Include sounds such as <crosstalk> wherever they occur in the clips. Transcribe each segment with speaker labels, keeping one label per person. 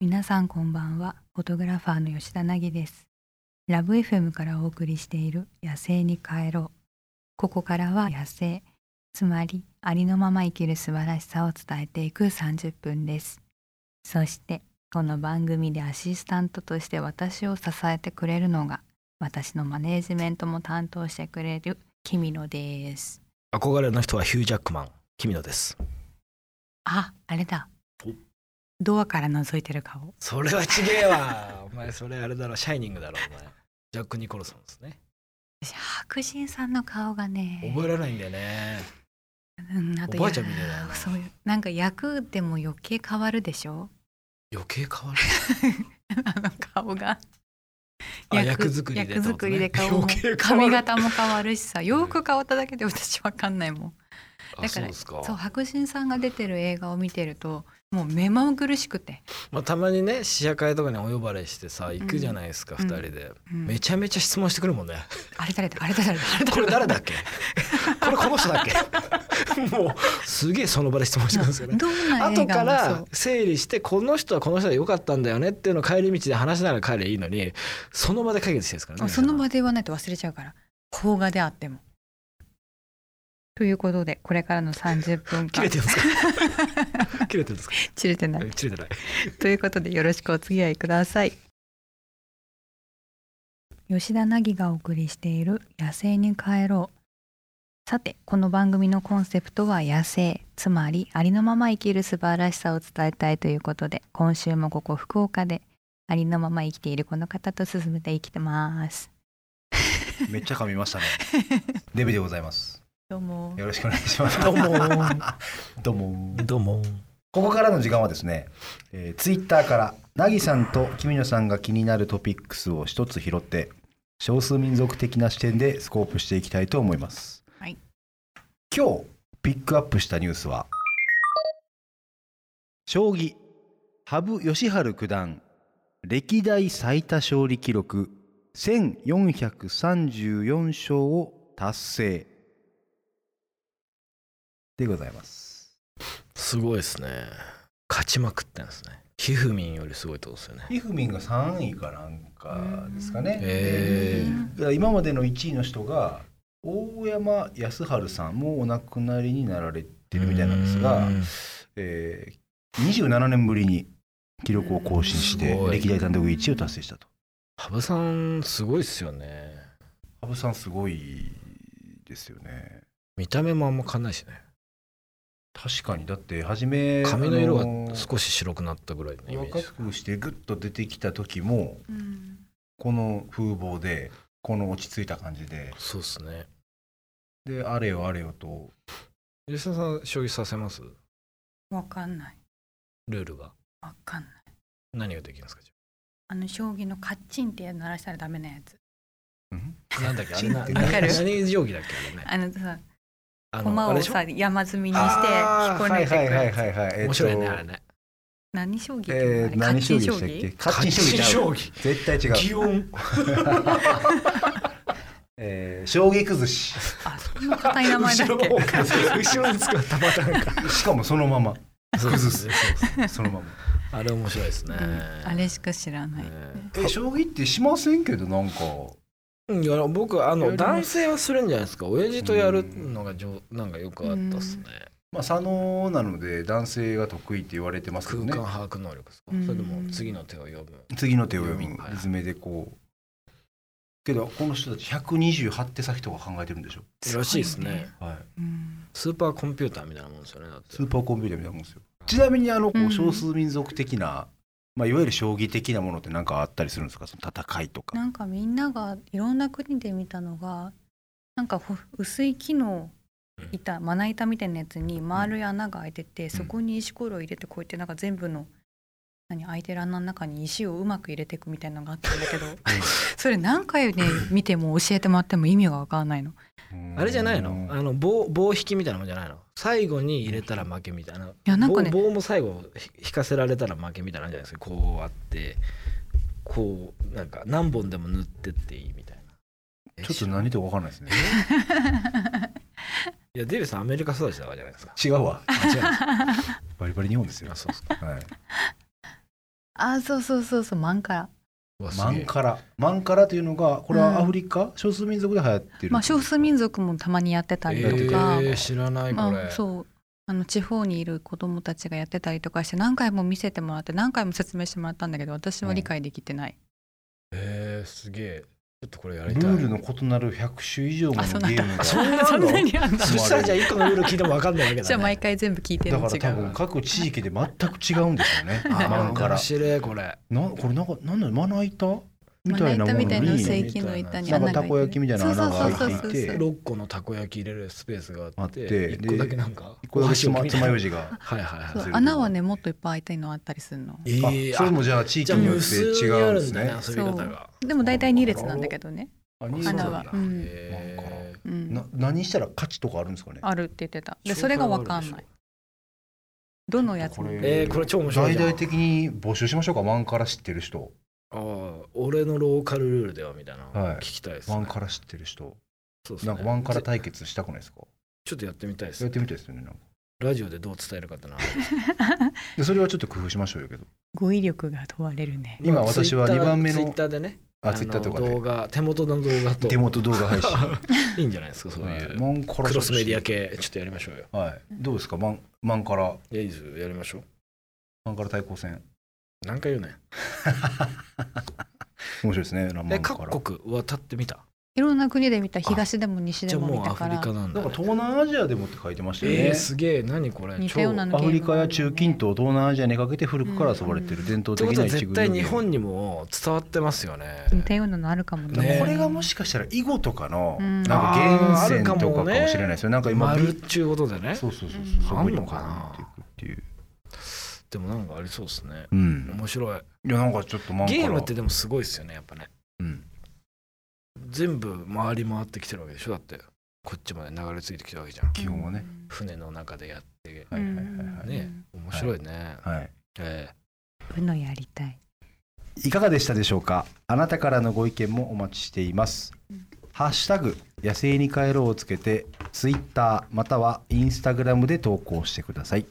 Speaker 1: 皆さんこんばんはフォトグラファーの吉田凪ですラブ FM からお送りしている野生に帰ろうここからは野生つまりありのまま生きる素晴らしさを伝えていく30分ですそしてこの番組でアシスタントとして私を支えてくれるのが私のマネージメントも担当してくれるキミノです
Speaker 2: 憧れの人はヒュージャックマン君のです
Speaker 1: あ、あれだ
Speaker 2: お
Speaker 1: ドアから覗いてる顔
Speaker 2: それはちげえわ <laughs> お前それあれだろシャイニングだろお前ジャック・ニコルソンですね
Speaker 1: 私白人さんの顔がね
Speaker 2: 覚えられないんだよね
Speaker 1: うん、あと
Speaker 2: おばあちゃんみたいだよな
Speaker 1: そういうなんか役でも余計変わるでしょ <laughs>
Speaker 2: 余計変わる
Speaker 1: あの顔が
Speaker 2: あ役作りでって
Speaker 1: 役
Speaker 2: こと
Speaker 1: 作
Speaker 2: ね
Speaker 1: りで顔も
Speaker 2: 余計変わる
Speaker 1: 髪型も変わるしさ洋服変わっただけで私わかんないもん
Speaker 2: あ
Speaker 1: だ
Speaker 2: そ
Speaker 1: か
Speaker 2: う
Speaker 1: ら
Speaker 2: ですか
Speaker 1: そう白人さんが出てる映画を見てるともう目まぐるしくて、
Speaker 2: まあ、たまにね試写会とかにお呼ばれしてさ行くじゃないですか、
Speaker 1: うん
Speaker 2: 二人で、
Speaker 1: うん
Speaker 2: めちゃめちゃ質問してくるもんね
Speaker 1: あれ誰だあれ誰だあれ誰だ
Speaker 2: <laughs> これ誰だっけこれこの人だっけ
Speaker 1: <laughs>
Speaker 2: もうすげえその場で質問してくるんですよね
Speaker 1: どんな映画もそ
Speaker 2: 後
Speaker 1: う
Speaker 2: から整理してこの人はこの人で良かったんだよねっていうのを帰り道で話しながら帰りゃいいのにその場で解決してるんですからね
Speaker 1: その場で言わないと忘れちゃうから邦画であっても。ということでこれからの30分
Speaker 2: 切
Speaker 1: 間
Speaker 2: れてるん <laughs> ですか切れてるんですか
Speaker 1: 切れてない
Speaker 2: 切れてない
Speaker 1: ということでよろしくお付き合いください吉田凪がお送りしている野生に帰ろうさてこの番組のコンセプトは野生つまりありのまま生きる素晴らしさを伝えたいということで今週もここ福岡でありのまま生きているこの方と進めていきてます
Speaker 3: めっちゃ噛みましたね。デビでございます。
Speaker 1: どうも
Speaker 3: よろしくお願いします。
Speaker 2: どうも。
Speaker 3: <laughs> どうも。
Speaker 2: どうも
Speaker 3: ここからの時間はですね、えツイッター Twitter から、なぎさんときみのさんが気になるトピックスを一つ拾って、少数民族的な視点でスコープしていきたいと思います。
Speaker 1: はい
Speaker 3: 今日、ピックアップしたニュースは、将棋、羽生善治九段、歴代最多勝利記録、1434勝を達成。でございます。
Speaker 2: すごいですね勝ちまくってんですねひふみんよりすごいってことですよね
Speaker 3: ひふみんが3位かなんかですかね。
Speaker 2: へ
Speaker 1: ー
Speaker 3: で今までの1位の人が大山康晴さんもうお亡くなりになられてるみたいなんですが
Speaker 2: う、ん
Speaker 3: えー、27年ぶりに記録を更新して
Speaker 2: すごい
Speaker 3: 歴代単独1位を達成したと。
Speaker 2: 羽生さんすごいっすよね
Speaker 3: 羽生さんすごいですよね。
Speaker 2: 見た目もあんま変わんないしね
Speaker 3: 確かにだって初め
Speaker 2: 髪の色
Speaker 3: あ
Speaker 2: が
Speaker 3: の
Speaker 2: 少し白くなったぐらいのイメー
Speaker 3: 若
Speaker 2: ジ
Speaker 3: くしてグッと出てきた時も
Speaker 1: うん
Speaker 3: この風貌でこの落ち着いた感じで
Speaker 2: そうっすね
Speaker 3: であれよあれよと
Speaker 2: 吉田さん将棋させます
Speaker 1: わかんない
Speaker 2: ルールが
Speaker 1: わかんない
Speaker 2: 何ができるんですかじ
Speaker 1: あの将棋のカッチンって鳴らしたらダメなやつ
Speaker 2: ゃあなんだっけ <laughs> あれ
Speaker 3: わ
Speaker 2: な
Speaker 3: かる
Speaker 2: 何何定規だっけあれね
Speaker 1: あのさ
Speaker 2: あの
Speaker 1: 駒
Speaker 2: あれ
Speaker 1: を
Speaker 2: でしょ
Speaker 1: さ山積みにして引
Speaker 3: あ
Speaker 1: っ
Speaker 3: ー
Speaker 1: こ抜いてくるやつ、
Speaker 3: はいはいはいはいはい。えっと
Speaker 2: 面白いねあれね
Speaker 1: 何将棋っていうのあ
Speaker 3: え
Speaker 1: れ
Speaker 3: ー、何将
Speaker 1: 勝
Speaker 3: 棋
Speaker 1: ち
Speaker 3: でしたっけ？カ
Speaker 2: 勝ち
Speaker 3: ちゃう。
Speaker 2: 将棋
Speaker 3: 絶対違
Speaker 2: 擬
Speaker 3: う。
Speaker 2: <laughs> 音
Speaker 3: えー、将棋崩し。
Speaker 1: あそんな硬い名前だっ
Speaker 2: 後ろ
Speaker 1: け
Speaker 2: の方から <laughs> 後ろに作ったパターンか
Speaker 3: しかもその
Speaker 1: <laughs>
Speaker 3: まま。
Speaker 2: そう
Speaker 3: 崩
Speaker 2: です
Speaker 3: す
Speaker 2: ね
Speaker 3: そのまま。
Speaker 2: あれ面白いですね
Speaker 1: うんあれしか知らない、
Speaker 2: ね
Speaker 3: え将棋ってしませんけどなんか。
Speaker 2: うんいや僕あ
Speaker 3: や
Speaker 2: の
Speaker 3: ります
Speaker 2: 男性はするんじゃないですか親父とやるのが上なんかよくあったっすね
Speaker 3: まあ佐野なので男性が得意って言われてますけ
Speaker 2: 空
Speaker 3: ど
Speaker 2: 間
Speaker 3: ね。
Speaker 2: 把握能力ですか
Speaker 1: うん
Speaker 2: それでも次の手を読む
Speaker 3: 次の手を読み
Speaker 2: 読みはい
Speaker 3: リズムでこう。けどこの人たち128手先とか考えてるんでしょ。
Speaker 2: らしいですね
Speaker 3: はい。
Speaker 1: うん
Speaker 2: スーパーコンピューターみたいなもんですよねだって
Speaker 3: スーパーコンピューターみたいなもんですよ。ちなみにあのこ
Speaker 1: うん
Speaker 3: う少数民族的な、まあいわゆる将棋的なものって何かあったりするんですか？その戦いとか。
Speaker 1: なんかみんながいろんな国で見たのがなんかほ薄い木の板まな板みたいなやつに丸い穴が開いてて、そこに石ころを入れてこうやってなんか全部の何開いてる穴の中に石をうまく入れていくみたいなのがあったんだけどそれ何
Speaker 2: <laughs>
Speaker 1: 回ね見ても教えてもらっても意味がわかんないの。
Speaker 2: あれじゃないのあの棒棒引きみたいなもんじゃないの最後に入れたら負けみたいな
Speaker 1: やなんかね
Speaker 2: 棒棒も最後ひ引かせられたら負けみたいなんじゃないですかこうあってこうなんか何本でも塗ってっていいみたいなえ
Speaker 3: ちょっと
Speaker 2: 知ら
Speaker 3: 何言ってるか分かんないですね。
Speaker 2: いやデビューさんアメリカ育ちだからじ
Speaker 1: <laughs>
Speaker 2: ゃないですか
Speaker 3: 違うわ。
Speaker 2: あ違う
Speaker 3: バリバリ日本ですよ
Speaker 2: あ。そうっすか
Speaker 3: はい。
Speaker 1: <laughs> あそうそうそうそうマンカラ
Speaker 2: うわす
Speaker 3: マ
Speaker 2: げえ
Speaker 3: ンカラマンカラというのがこれはアフリカ、少数民族で流行ってる
Speaker 1: まあ少数民族もたまにやってたりとか、
Speaker 2: えー知らないこ
Speaker 1: ま
Speaker 2: れ
Speaker 1: あ、そうあの地方にいる子どもたちがやってたりとかして何回も見せてもらって何回も説明してもらったんだけど私は理解できてない、
Speaker 2: えー、すげえちょっとこれや
Speaker 3: ル
Speaker 2: りたい
Speaker 3: ールの異なる100種以上もの
Speaker 1: あそうなん
Speaker 3: ゲ
Speaker 1: だ
Speaker 3: ームが
Speaker 2: あそうな
Speaker 1: <laughs>
Speaker 2: の
Speaker 1: そんなにあんだ
Speaker 2: そしたらじゃあ一個のルール聞いても分かんないわけだ、ね、
Speaker 1: じゃあ毎回全部聞いてる
Speaker 3: だ
Speaker 1: の
Speaker 3: か
Speaker 1: 違
Speaker 3: ら
Speaker 1: う
Speaker 3: 多分各地域で全く違うんでしょうね
Speaker 2: あ
Speaker 3: マン
Speaker 2: ー
Speaker 3: カ
Speaker 2: 面
Speaker 3: ラ
Speaker 2: 白いこれ
Speaker 3: なこれなんかなんだろうまな板み
Speaker 1: ま
Speaker 3: た
Speaker 1: ない
Speaker 3: なも
Speaker 1: 板
Speaker 3: のに
Speaker 1: みたいな薄い
Speaker 2: 正
Speaker 1: 木の板に
Speaker 3: な
Speaker 1: 穴
Speaker 3: んか
Speaker 1: が
Speaker 3: たこ焼きみたいな穴が
Speaker 1: そう
Speaker 3: 開
Speaker 1: そ
Speaker 3: いう
Speaker 1: そ
Speaker 3: て
Speaker 1: う
Speaker 3: い
Speaker 1: そう
Speaker 3: て
Speaker 2: 6個のたこ焼き入れるスペースがあ
Speaker 3: あ
Speaker 2: っ
Speaker 3: ってて
Speaker 2: 1個だけなんか
Speaker 3: これだけつま
Speaker 2: お箸置き
Speaker 3: つ
Speaker 2: み
Speaker 3: ま
Speaker 2: たい
Speaker 3: よ
Speaker 2: な
Speaker 3: うじが
Speaker 2: はいはいはい
Speaker 1: そう
Speaker 3: そう
Speaker 1: 穴はねもっといっぱい開いてるのあったりするの
Speaker 2: え
Speaker 3: あ
Speaker 2: ー、
Speaker 3: それも
Speaker 2: あ
Speaker 3: じゃあ地
Speaker 2: じ
Speaker 3: 域
Speaker 2: ゃあ
Speaker 3: によっ
Speaker 2: 無
Speaker 3: て
Speaker 2: 数
Speaker 3: 違
Speaker 2: にあ
Speaker 3: うんで
Speaker 2: る
Speaker 3: す
Speaker 2: んだ
Speaker 3: ね
Speaker 2: ね遊び方が
Speaker 1: でも大体2列なんだけどね
Speaker 3: あ
Speaker 2: あ
Speaker 3: 二
Speaker 2: そうな
Speaker 3: 層
Speaker 2: んだ
Speaker 1: 穴はうん
Speaker 2: へー
Speaker 1: うん
Speaker 3: な何したら価値とかあるんですかね
Speaker 1: あるって言ってたでそれが分かんないどのやつも
Speaker 3: これ
Speaker 2: えー、これ超面白い
Speaker 3: 大
Speaker 2: じゃん
Speaker 3: 々的に募集しましょうかマンカラ知ってる人
Speaker 2: ああ俺のローカルルールではみたいな、
Speaker 3: はい
Speaker 2: 聞きたいです、ね、
Speaker 3: ワンカラ知ってる人
Speaker 2: そうですね
Speaker 3: なんかワンカラ
Speaker 2: ちょ
Speaker 3: 対決したくないですか
Speaker 2: ちょっとやってみたいです
Speaker 3: やってみたいですよねなんか
Speaker 2: ラジオでどう伝えるかってな
Speaker 3: でそれはちょっと工夫しましょうよけど
Speaker 1: <laughs> 語彙力が問われるね
Speaker 3: <laughs> 今私は
Speaker 2: ツイッター
Speaker 3: 2番目
Speaker 2: ツイッ
Speaker 3: の
Speaker 2: ターでね
Speaker 3: あツイッターとか
Speaker 2: あの動
Speaker 3: で
Speaker 2: 画手元の動画と
Speaker 3: 手
Speaker 2: <laughs>
Speaker 3: 元動画配信
Speaker 2: いいんじゃないですかそうい、
Speaker 3: はいうマンカラ
Speaker 2: クロスメディア系ちょっとやりましょうよ
Speaker 3: はいどうですかマンマンカラ
Speaker 2: いやいいですよやりましょう
Speaker 3: マンカラ対抗戦
Speaker 2: 何回言うね
Speaker 3: 面白いですねマンカ
Speaker 2: え
Speaker 3: ラ
Speaker 2: 各国は立ってみた
Speaker 1: いろんな国で見た東でも西
Speaker 2: じ
Speaker 1: で
Speaker 2: ゃあ
Speaker 1: も見
Speaker 2: もう
Speaker 1: た
Speaker 2: ア
Speaker 1: か
Speaker 2: フリ
Speaker 1: ら
Speaker 2: カなん
Speaker 3: な
Speaker 2: だ
Speaker 3: んか東南アジアでもって書いてましたよね、
Speaker 2: えー、すげえ何これ
Speaker 1: 似たような
Speaker 2: 超
Speaker 1: の
Speaker 3: アフリカや中近東東南アジアにかけて古くから遊ばれてる伝統
Speaker 2: って
Speaker 3: 的
Speaker 2: こと
Speaker 3: な
Speaker 2: は
Speaker 3: 一
Speaker 2: 絶
Speaker 3: 軍の
Speaker 2: 対日
Speaker 3: ゲーム
Speaker 2: 本にも伝わってますよね
Speaker 1: 似たようなのあるかも
Speaker 3: だから
Speaker 2: ね
Speaker 3: これがもしかしたら囲碁とかの
Speaker 1: うん
Speaker 3: なんか
Speaker 2: あーあ
Speaker 3: 源
Speaker 2: る
Speaker 3: 泉
Speaker 2: か
Speaker 3: と
Speaker 2: もね
Speaker 3: かかもしれないですよなんか今
Speaker 2: 丸っちゅうことでね
Speaker 3: そうそうそう
Speaker 1: うん
Speaker 3: そう
Speaker 2: あん
Speaker 3: そう
Speaker 2: のかな
Speaker 3: そうっていう
Speaker 2: でもなんかありそうですね
Speaker 3: うん
Speaker 2: 面白い
Speaker 3: いやなんかちょっとマンカラ
Speaker 2: ゲームってでもすごいですよねやっぱね
Speaker 3: うん
Speaker 2: 全部回り回ってきてるわけでしょだってこっちまで流れ着いてきたわけじゃん
Speaker 3: 基本はね
Speaker 2: 船の中でやって
Speaker 3: はいはいはい
Speaker 2: ね面白いね、
Speaker 3: はいはい
Speaker 2: ええ
Speaker 1: 部のやりたい
Speaker 3: いかがでしたでしょうかあなたからのご意見もお待ちしています、ハッシュタグ野生に帰ろうをつけてツイッターまたはインスタグラムで投稿してください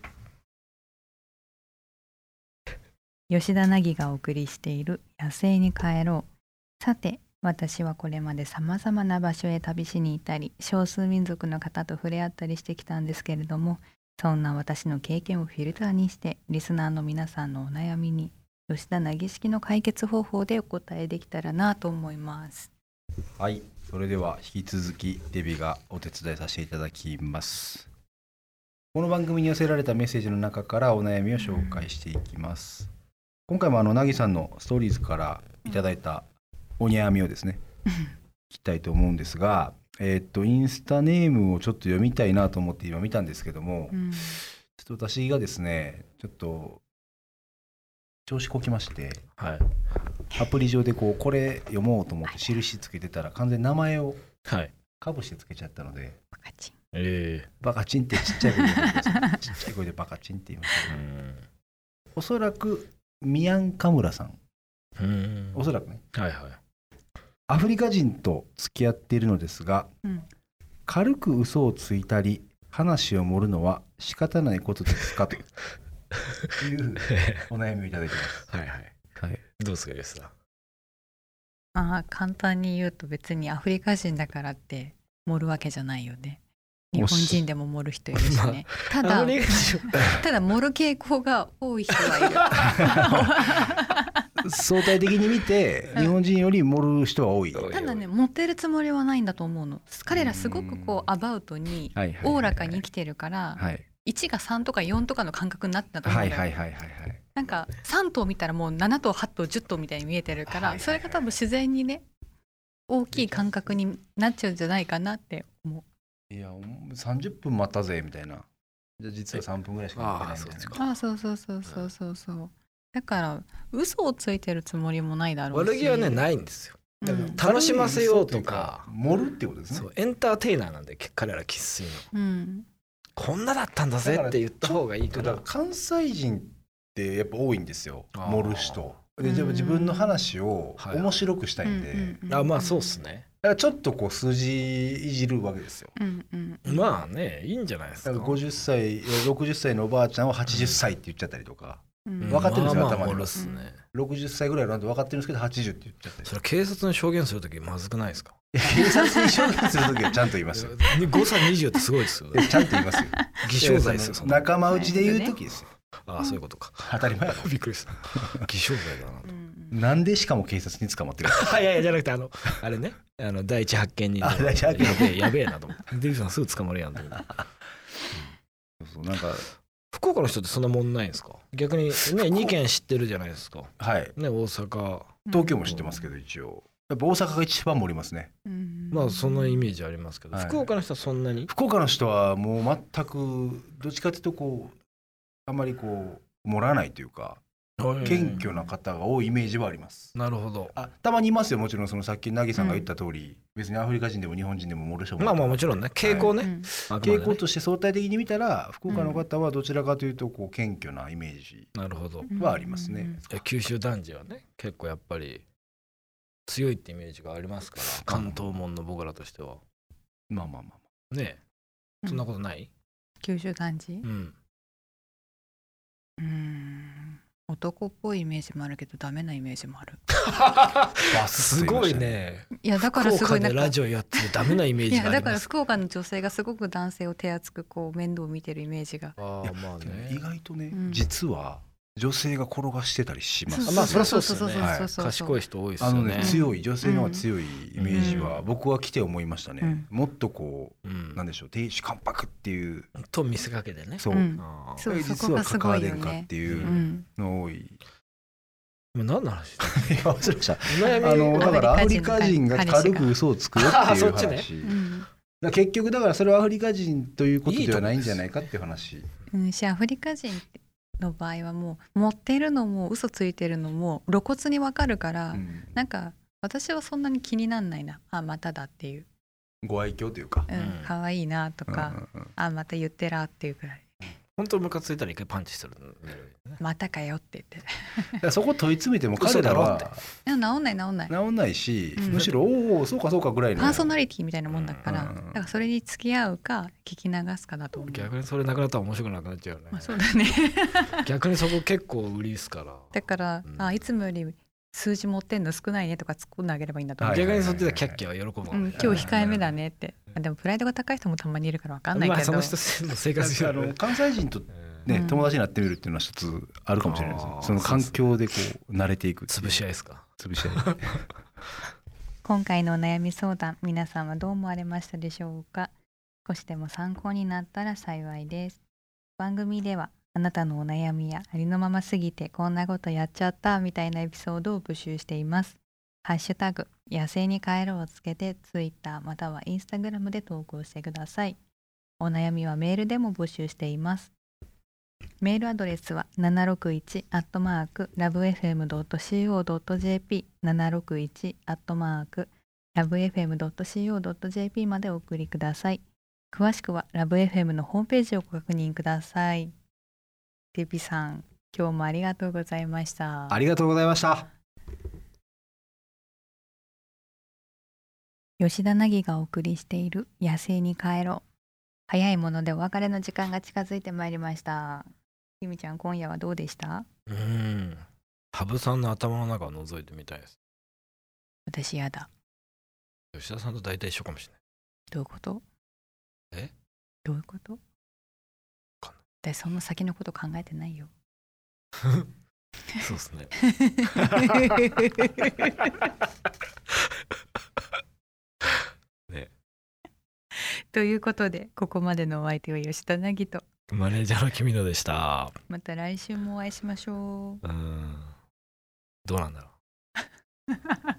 Speaker 1: 吉田凪がお送りしている「野生に帰ろう」さて私はこれまでさまざまな場所へ旅しに行ったり少数民族の方と触れ合ったりしてきたんですけれどもそんな私の経験をフィルターにしてリスナーの皆さんのお悩みに吉田凪式の解決方法でお答えできたらなと思います。
Speaker 3: はいそれでは引き続きデビがお手伝いさせていただきますこの番組に寄せられたメッセージの中からお悩みを紹介していきます今回もあのなぎさんのストーリーズからいただいたお悩みをですね聞きたいと思うんですがえーっとインスタネームをちょっと読みたいなと思って今見たんですけども、
Speaker 1: うん
Speaker 3: ちょっと私がですねちょっと調子こきまして
Speaker 2: はい
Speaker 3: アプリ上でこうこれ読もうと思って印つけてたら完全に名前を
Speaker 2: はい
Speaker 3: かぶしてつけちゃったので
Speaker 1: パカチン
Speaker 2: え
Speaker 3: バカチンってちっちゃい声で言ってくださいちっちゃい声でバカチンって言いました
Speaker 2: え
Speaker 3: けど
Speaker 2: うん
Speaker 3: おそらくミアンカムラさん
Speaker 2: うん
Speaker 3: おそらくね
Speaker 2: はいはい
Speaker 3: アフリカ人と付き合っているのですが
Speaker 1: うん
Speaker 3: 軽く嘘をついたり話を盛るのは仕方ないことですかというお悩みをいただきます
Speaker 2: はいはいはいどうですかゲスさん
Speaker 1: あー簡単に言うと別にアフリカ人だからって盛るわけじゃないよね。日
Speaker 3: お
Speaker 1: 本
Speaker 3: っし
Speaker 1: 人でも盛る人いるしね。た
Speaker 2: ア
Speaker 1: だ
Speaker 2: フリカ人
Speaker 1: ただ盛る傾向が多い人
Speaker 3: <laughs>
Speaker 1: はいる。
Speaker 3: 相対的に見て日本人より盛る人は多い
Speaker 2: 多い
Speaker 1: ただね持ってるつもりはないんだと思うの彼らすごくこうアバウトに
Speaker 3: はいはいはい
Speaker 1: おおらかに生きてるから
Speaker 3: はい
Speaker 1: 1が3とか4とかの感覚になってたと思う
Speaker 3: は
Speaker 1: ん
Speaker 3: い
Speaker 1: だ
Speaker 3: は
Speaker 1: よ
Speaker 3: いはいはいはい
Speaker 1: なんか3頭見たらもう7頭8頭10頭みたいに見えてるか
Speaker 3: はいはいは
Speaker 1: ら
Speaker 3: い
Speaker 1: それが多分自然にね大きい感覚になっちゃうんじゃないかなって思う
Speaker 3: いやお30分待ったぜみたいなじゃあ実は3分ぐらいしか待ってないみたい
Speaker 2: あー
Speaker 3: な
Speaker 2: そ
Speaker 1: ああそ
Speaker 2: っちか
Speaker 1: うそうそうそうそうそうだから嘘をついてるつもりもないだろうし
Speaker 2: 悪気はねないんですよ
Speaker 1: うん
Speaker 2: だから楽しませようとか
Speaker 3: 盛るってことです
Speaker 2: そ
Speaker 3: ね
Speaker 2: うエンターテイナーなんで彼ら生粋の
Speaker 1: うん
Speaker 2: こんなだったんだぜって言った方がいいか
Speaker 3: だからら関西人ってやっぱ多いんですよ
Speaker 2: あー
Speaker 3: 盛る人
Speaker 1: う
Speaker 3: で
Speaker 1: ん
Speaker 3: でも自分の話を
Speaker 2: はい
Speaker 3: 面白くしたいんで、
Speaker 1: うんうんうん
Speaker 2: あまあそうっすね
Speaker 3: だからちょっとこう数字いじるわけですよ
Speaker 1: うんうんうん
Speaker 2: まあねいいんじゃないです
Speaker 3: だ
Speaker 2: か
Speaker 3: から50歳60歳のおばあちゃんを80歳って言っちゃったりとか、
Speaker 1: うん
Speaker 3: 分かってるんです
Speaker 2: ま
Speaker 3: よ
Speaker 2: あま
Speaker 3: 頭
Speaker 2: あ
Speaker 3: で
Speaker 2: もろっすね
Speaker 3: 60歳ぐらいなんて分かってるんですけど80って言っちゃっ
Speaker 2: <laughs>
Speaker 3: て
Speaker 2: それは警察に証言するときまずくないですか
Speaker 3: 警察に証言するときはちゃんと言いますよ
Speaker 2: に誤差20ってすごいですよ <laughs>
Speaker 3: ちゃんと言いますよ
Speaker 2: 偽証罪ですよ
Speaker 3: そ
Speaker 2: そ
Speaker 3: の
Speaker 2: んな
Speaker 3: 仲間内で言うときですよ
Speaker 2: ああそういうことか
Speaker 3: 当たり前だ
Speaker 2: びっくりした偽証罪だな <laughs>
Speaker 1: うんうん
Speaker 3: なんでしかも警察に捕まってる
Speaker 2: いやいやじゃなくてあのあれねあの第一発見人
Speaker 3: あ第一発見
Speaker 2: やべえやべえなと思ってデビさんすぐ捕まるやんと思って
Speaker 3: そうそうなんか
Speaker 2: 福岡の人ってそんなもんないんですか逆にね2県知ってるじゃないですか
Speaker 3: はい
Speaker 2: ね大阪
Speaker 3: 東京も知ってますけど一応やっぱ大阪が一番盛りますね
Speaker 1: うん
Speaker 2: まあそんなイメージありますけど、
Speaker 3: はい
Speaker 2: 福岡の人はそんなに
Speaker 3: 福岡の人はもう全くどっちかというとこうあんまりこう盛らないというか謙虚な方が多いイメージはあります、
Speaker 2: なるほど
Speaker 3: あたまにいますよもちろんそのさっき凪さんが言った通り、別にアフリカ人でも日本人でも盛る人も
Speaker 2: まあまあもちろんね傾向
Speaker 1: う
Speaker 2: ね、
Speaker 1: ん
Speaker 2: あくまでね
Speaker 3: 傾向として相対的に見たら福岡の方はどちらかというとこう謙虚なイメージ
Speaker 2: なるほど
Speaker 3: はありますね、
Speaker 2: いや九州男児はね結構やっぱり強いってイメージがありますから関東門の僕らとしては
Speaker 3: まあまあまあ
Speaker 2: ねえそんなことない、
Speaker 1: 九州男児
Speaker 2: うん、
Speaker 1: うん男っぽいイメージもあるけどダメなイメージもある
Speaker 3: まあ
Speaker 2: すごいね
Speaker 1: いやだからす
Speaker 2: 福
Speaker 1: ご
Speaker 2: 岡
Speaker 1: いな
Speaker 2: で
Speaker 1: ん
Speaker 2: ラ
Speaker 1: か
Speaker 2: ジオやってるダメなイメー
Speaker 1: い
Speaker 2: ジが
Speaker 1: や
Speaker 2: あり
Speaker 1: だか
Speaker 2: ま
Speaker 1: ら
Speaker 2: す
Speaker 1: 福岡の女性がすごく男性を手厚くこう面倒を見てるイメージが
Speaker 2: ああまあ
Speaker 3: でも
Speaker 2: ね
Speaker 3: 意外とね、
Speaker 1: うん
Speaker 3: 実は女性が転がしてたりします
Speaker 2: あまあそりゃそうですよね
Speaker 1: そうそうそうそう
Speaker 2: 賢い人多いですよ
Speaker 3: あのね、
Speaker 2: ね
Speaker 3: 強い女性の方が強いイメージは
Speaker 1: うん
Speaker 3: 僕は来て思いましたね、
Speaker 1: うん
Speaker 3: もっとこ
Speaker 2: う
Speaker 3: うんなんでしょう亭主関白っていう
Speaker 2: と見せかけてね
Speaker 3: そう、
Speaker 1: うん
Speaker 2: あー
Speaker 1: そう
Speaker 3: え
Speaker 1: そこがすごいよ
Speaker 3: 実は関われんかっ
Speaker 1: ね
Speaker 3: てい
Speaker 2: う
Speaker 3: ううんの多い、
Speaker 2: <laughs>
Speaker 3: い
Speaker 2: 今何の話してた
Speaker 3: や忘れました
Speaker 2: 悩み
Speaker 3: あのだからア
Speaker 1: ア
Speaker 3: フ
Speaker 1: フ
Speaker 3: リ
Speaker 1: リ
Speaker 3: カ
Speaker 1: カ
Speaker 3: 人
Speaker 1: 人
Speaker 3: が
Speaker 1: が
Speaker 3: 軽く嘘をつくよって
Speaker 2: あ
Speaker 3: い
Speaker 2: そうっちね
Speaker 3: 話、
Speaker 1: う
Speaker 3: だか
Speaker 1: ん
Speaker 3: ら結局だからそれはアフリカ人ということではないんじゃないかっていう話
Speaker 1: うんしアフリカ人の場合はもう持ってるのも嘘ついてるのも露骨にわかるから、
Speaker 3: うん
Speaker 1: なんか私はそんなに気になんないなあまただっていう、
Speaker 3: ご愛嬌というか、
Speaker 1: う
Speaker 2: うん
Speaker 1: ん、可愛いなとか、
Speaker 3: うんうんうん
Speaker 1: あまた言ってらっていうくらい
Speaker 2: 本当ムカついたら一回パンチする
Speaker 1: またかよって言って <laughs>
Speaker 3: だからそこ問い詰めても彼
Speaker 2: 嘘だ
Speaker 3: ら
Speaker 2: ろ
Speaker 3: は
Speaker 2: って
Speaker 1: いや治んない治んない
Speaker 3: 治んないし、
Speaker 1: うん
Speaker 3: むしろおおそうかそうかぐらいの
Speaker 1: パーソナリティみたいなもんだから、
Speaker 3: うんうんうん
Speaker 1: だからそれに付き合うか聞き流すかだと思う
Speaker 2: 逆にそれなくなったら面白くなくなっちゃうよね、
Speaker 1: まあそうだね
Speaker 2: 逆にそこ結構売りですから
Speaker 1: <laughs> だから、
Speaker 2: うん
Speaker 1: あいつもより数字持ってんの少ないねとか突っ込んであげればいいんだと思う、
Speaker 3: はい
Speaker 2: 逆にそっちでキャッキャは喜ぶわけだ
Speaker 1: う
Speaker 2: よ
Speaker 1: ん、
Speaker 2: ね
Speaker 1: 今日控えめだねって、あでもプライドが高い人もたまにいるからわかんないけ
Speaker 2: ま
Speaker 1: ど、
Speaker 2: あその人の生活して
Speaker 3: あの関西人とね、
Speaker 1: うん
Speaker 3: 友達になってみるっていうのは一つあるかもしれないですね
Speaker 2: あー
Speaker 3: その環境でこう慣れていく
Speaker 2: 潰し合
Speaker 3: い
Speaker 2: いですか
Speaker 3: 潰し合い
Speaker 1: 今回のお悩み相談皆さんはどう思われましたでしょうか少しでも参考になったら幸いです番組ではあなたのお悩みやありのまますぎてこんなことやっちゃったみたいなエピソードを募集していますハッシュタグ野生に帰ろうをつけてツイッターまたはインスタグラムで投稿してくださいお悩みはメールでも募集していますメールアドレスは761アットマークラブ FM.co.jp 761アットマークラブ FM.co.jp までお送りください詳しくはラブ FM のホームページをご確認くださいデビさん今日もありがとうございました
Speaker 3: ありがとうございました
Speaker 1: 吉田凪がお送りしている野生に帰ろう早いものでお別れの時間が近づいてまいりましたゆみちゃん今夜は <laughs> どうでした
Speaker 2: うん羽生さんの頭の中を覗いてみたいです
Speaker 1: 私やだ
Speaker 2: 吉田さんと大体一緒かもしれない
Speaker 1: どういうこと
Speaker 2: え
Speaker 1: どういうこと
Speaker 2: かんな
Speaker 1: 私その先のこと考えてないよ
Speaker 2: そうですねね
Speaker 1: <laughs> ということでここまでのお相手は吉田凪と
Speaker 2: マネージャーの君のでした
Speaker 1: また来週もお会いしましょう
Speaker 2: うんどうなんだろう
Speaker 1: Ha ha ha.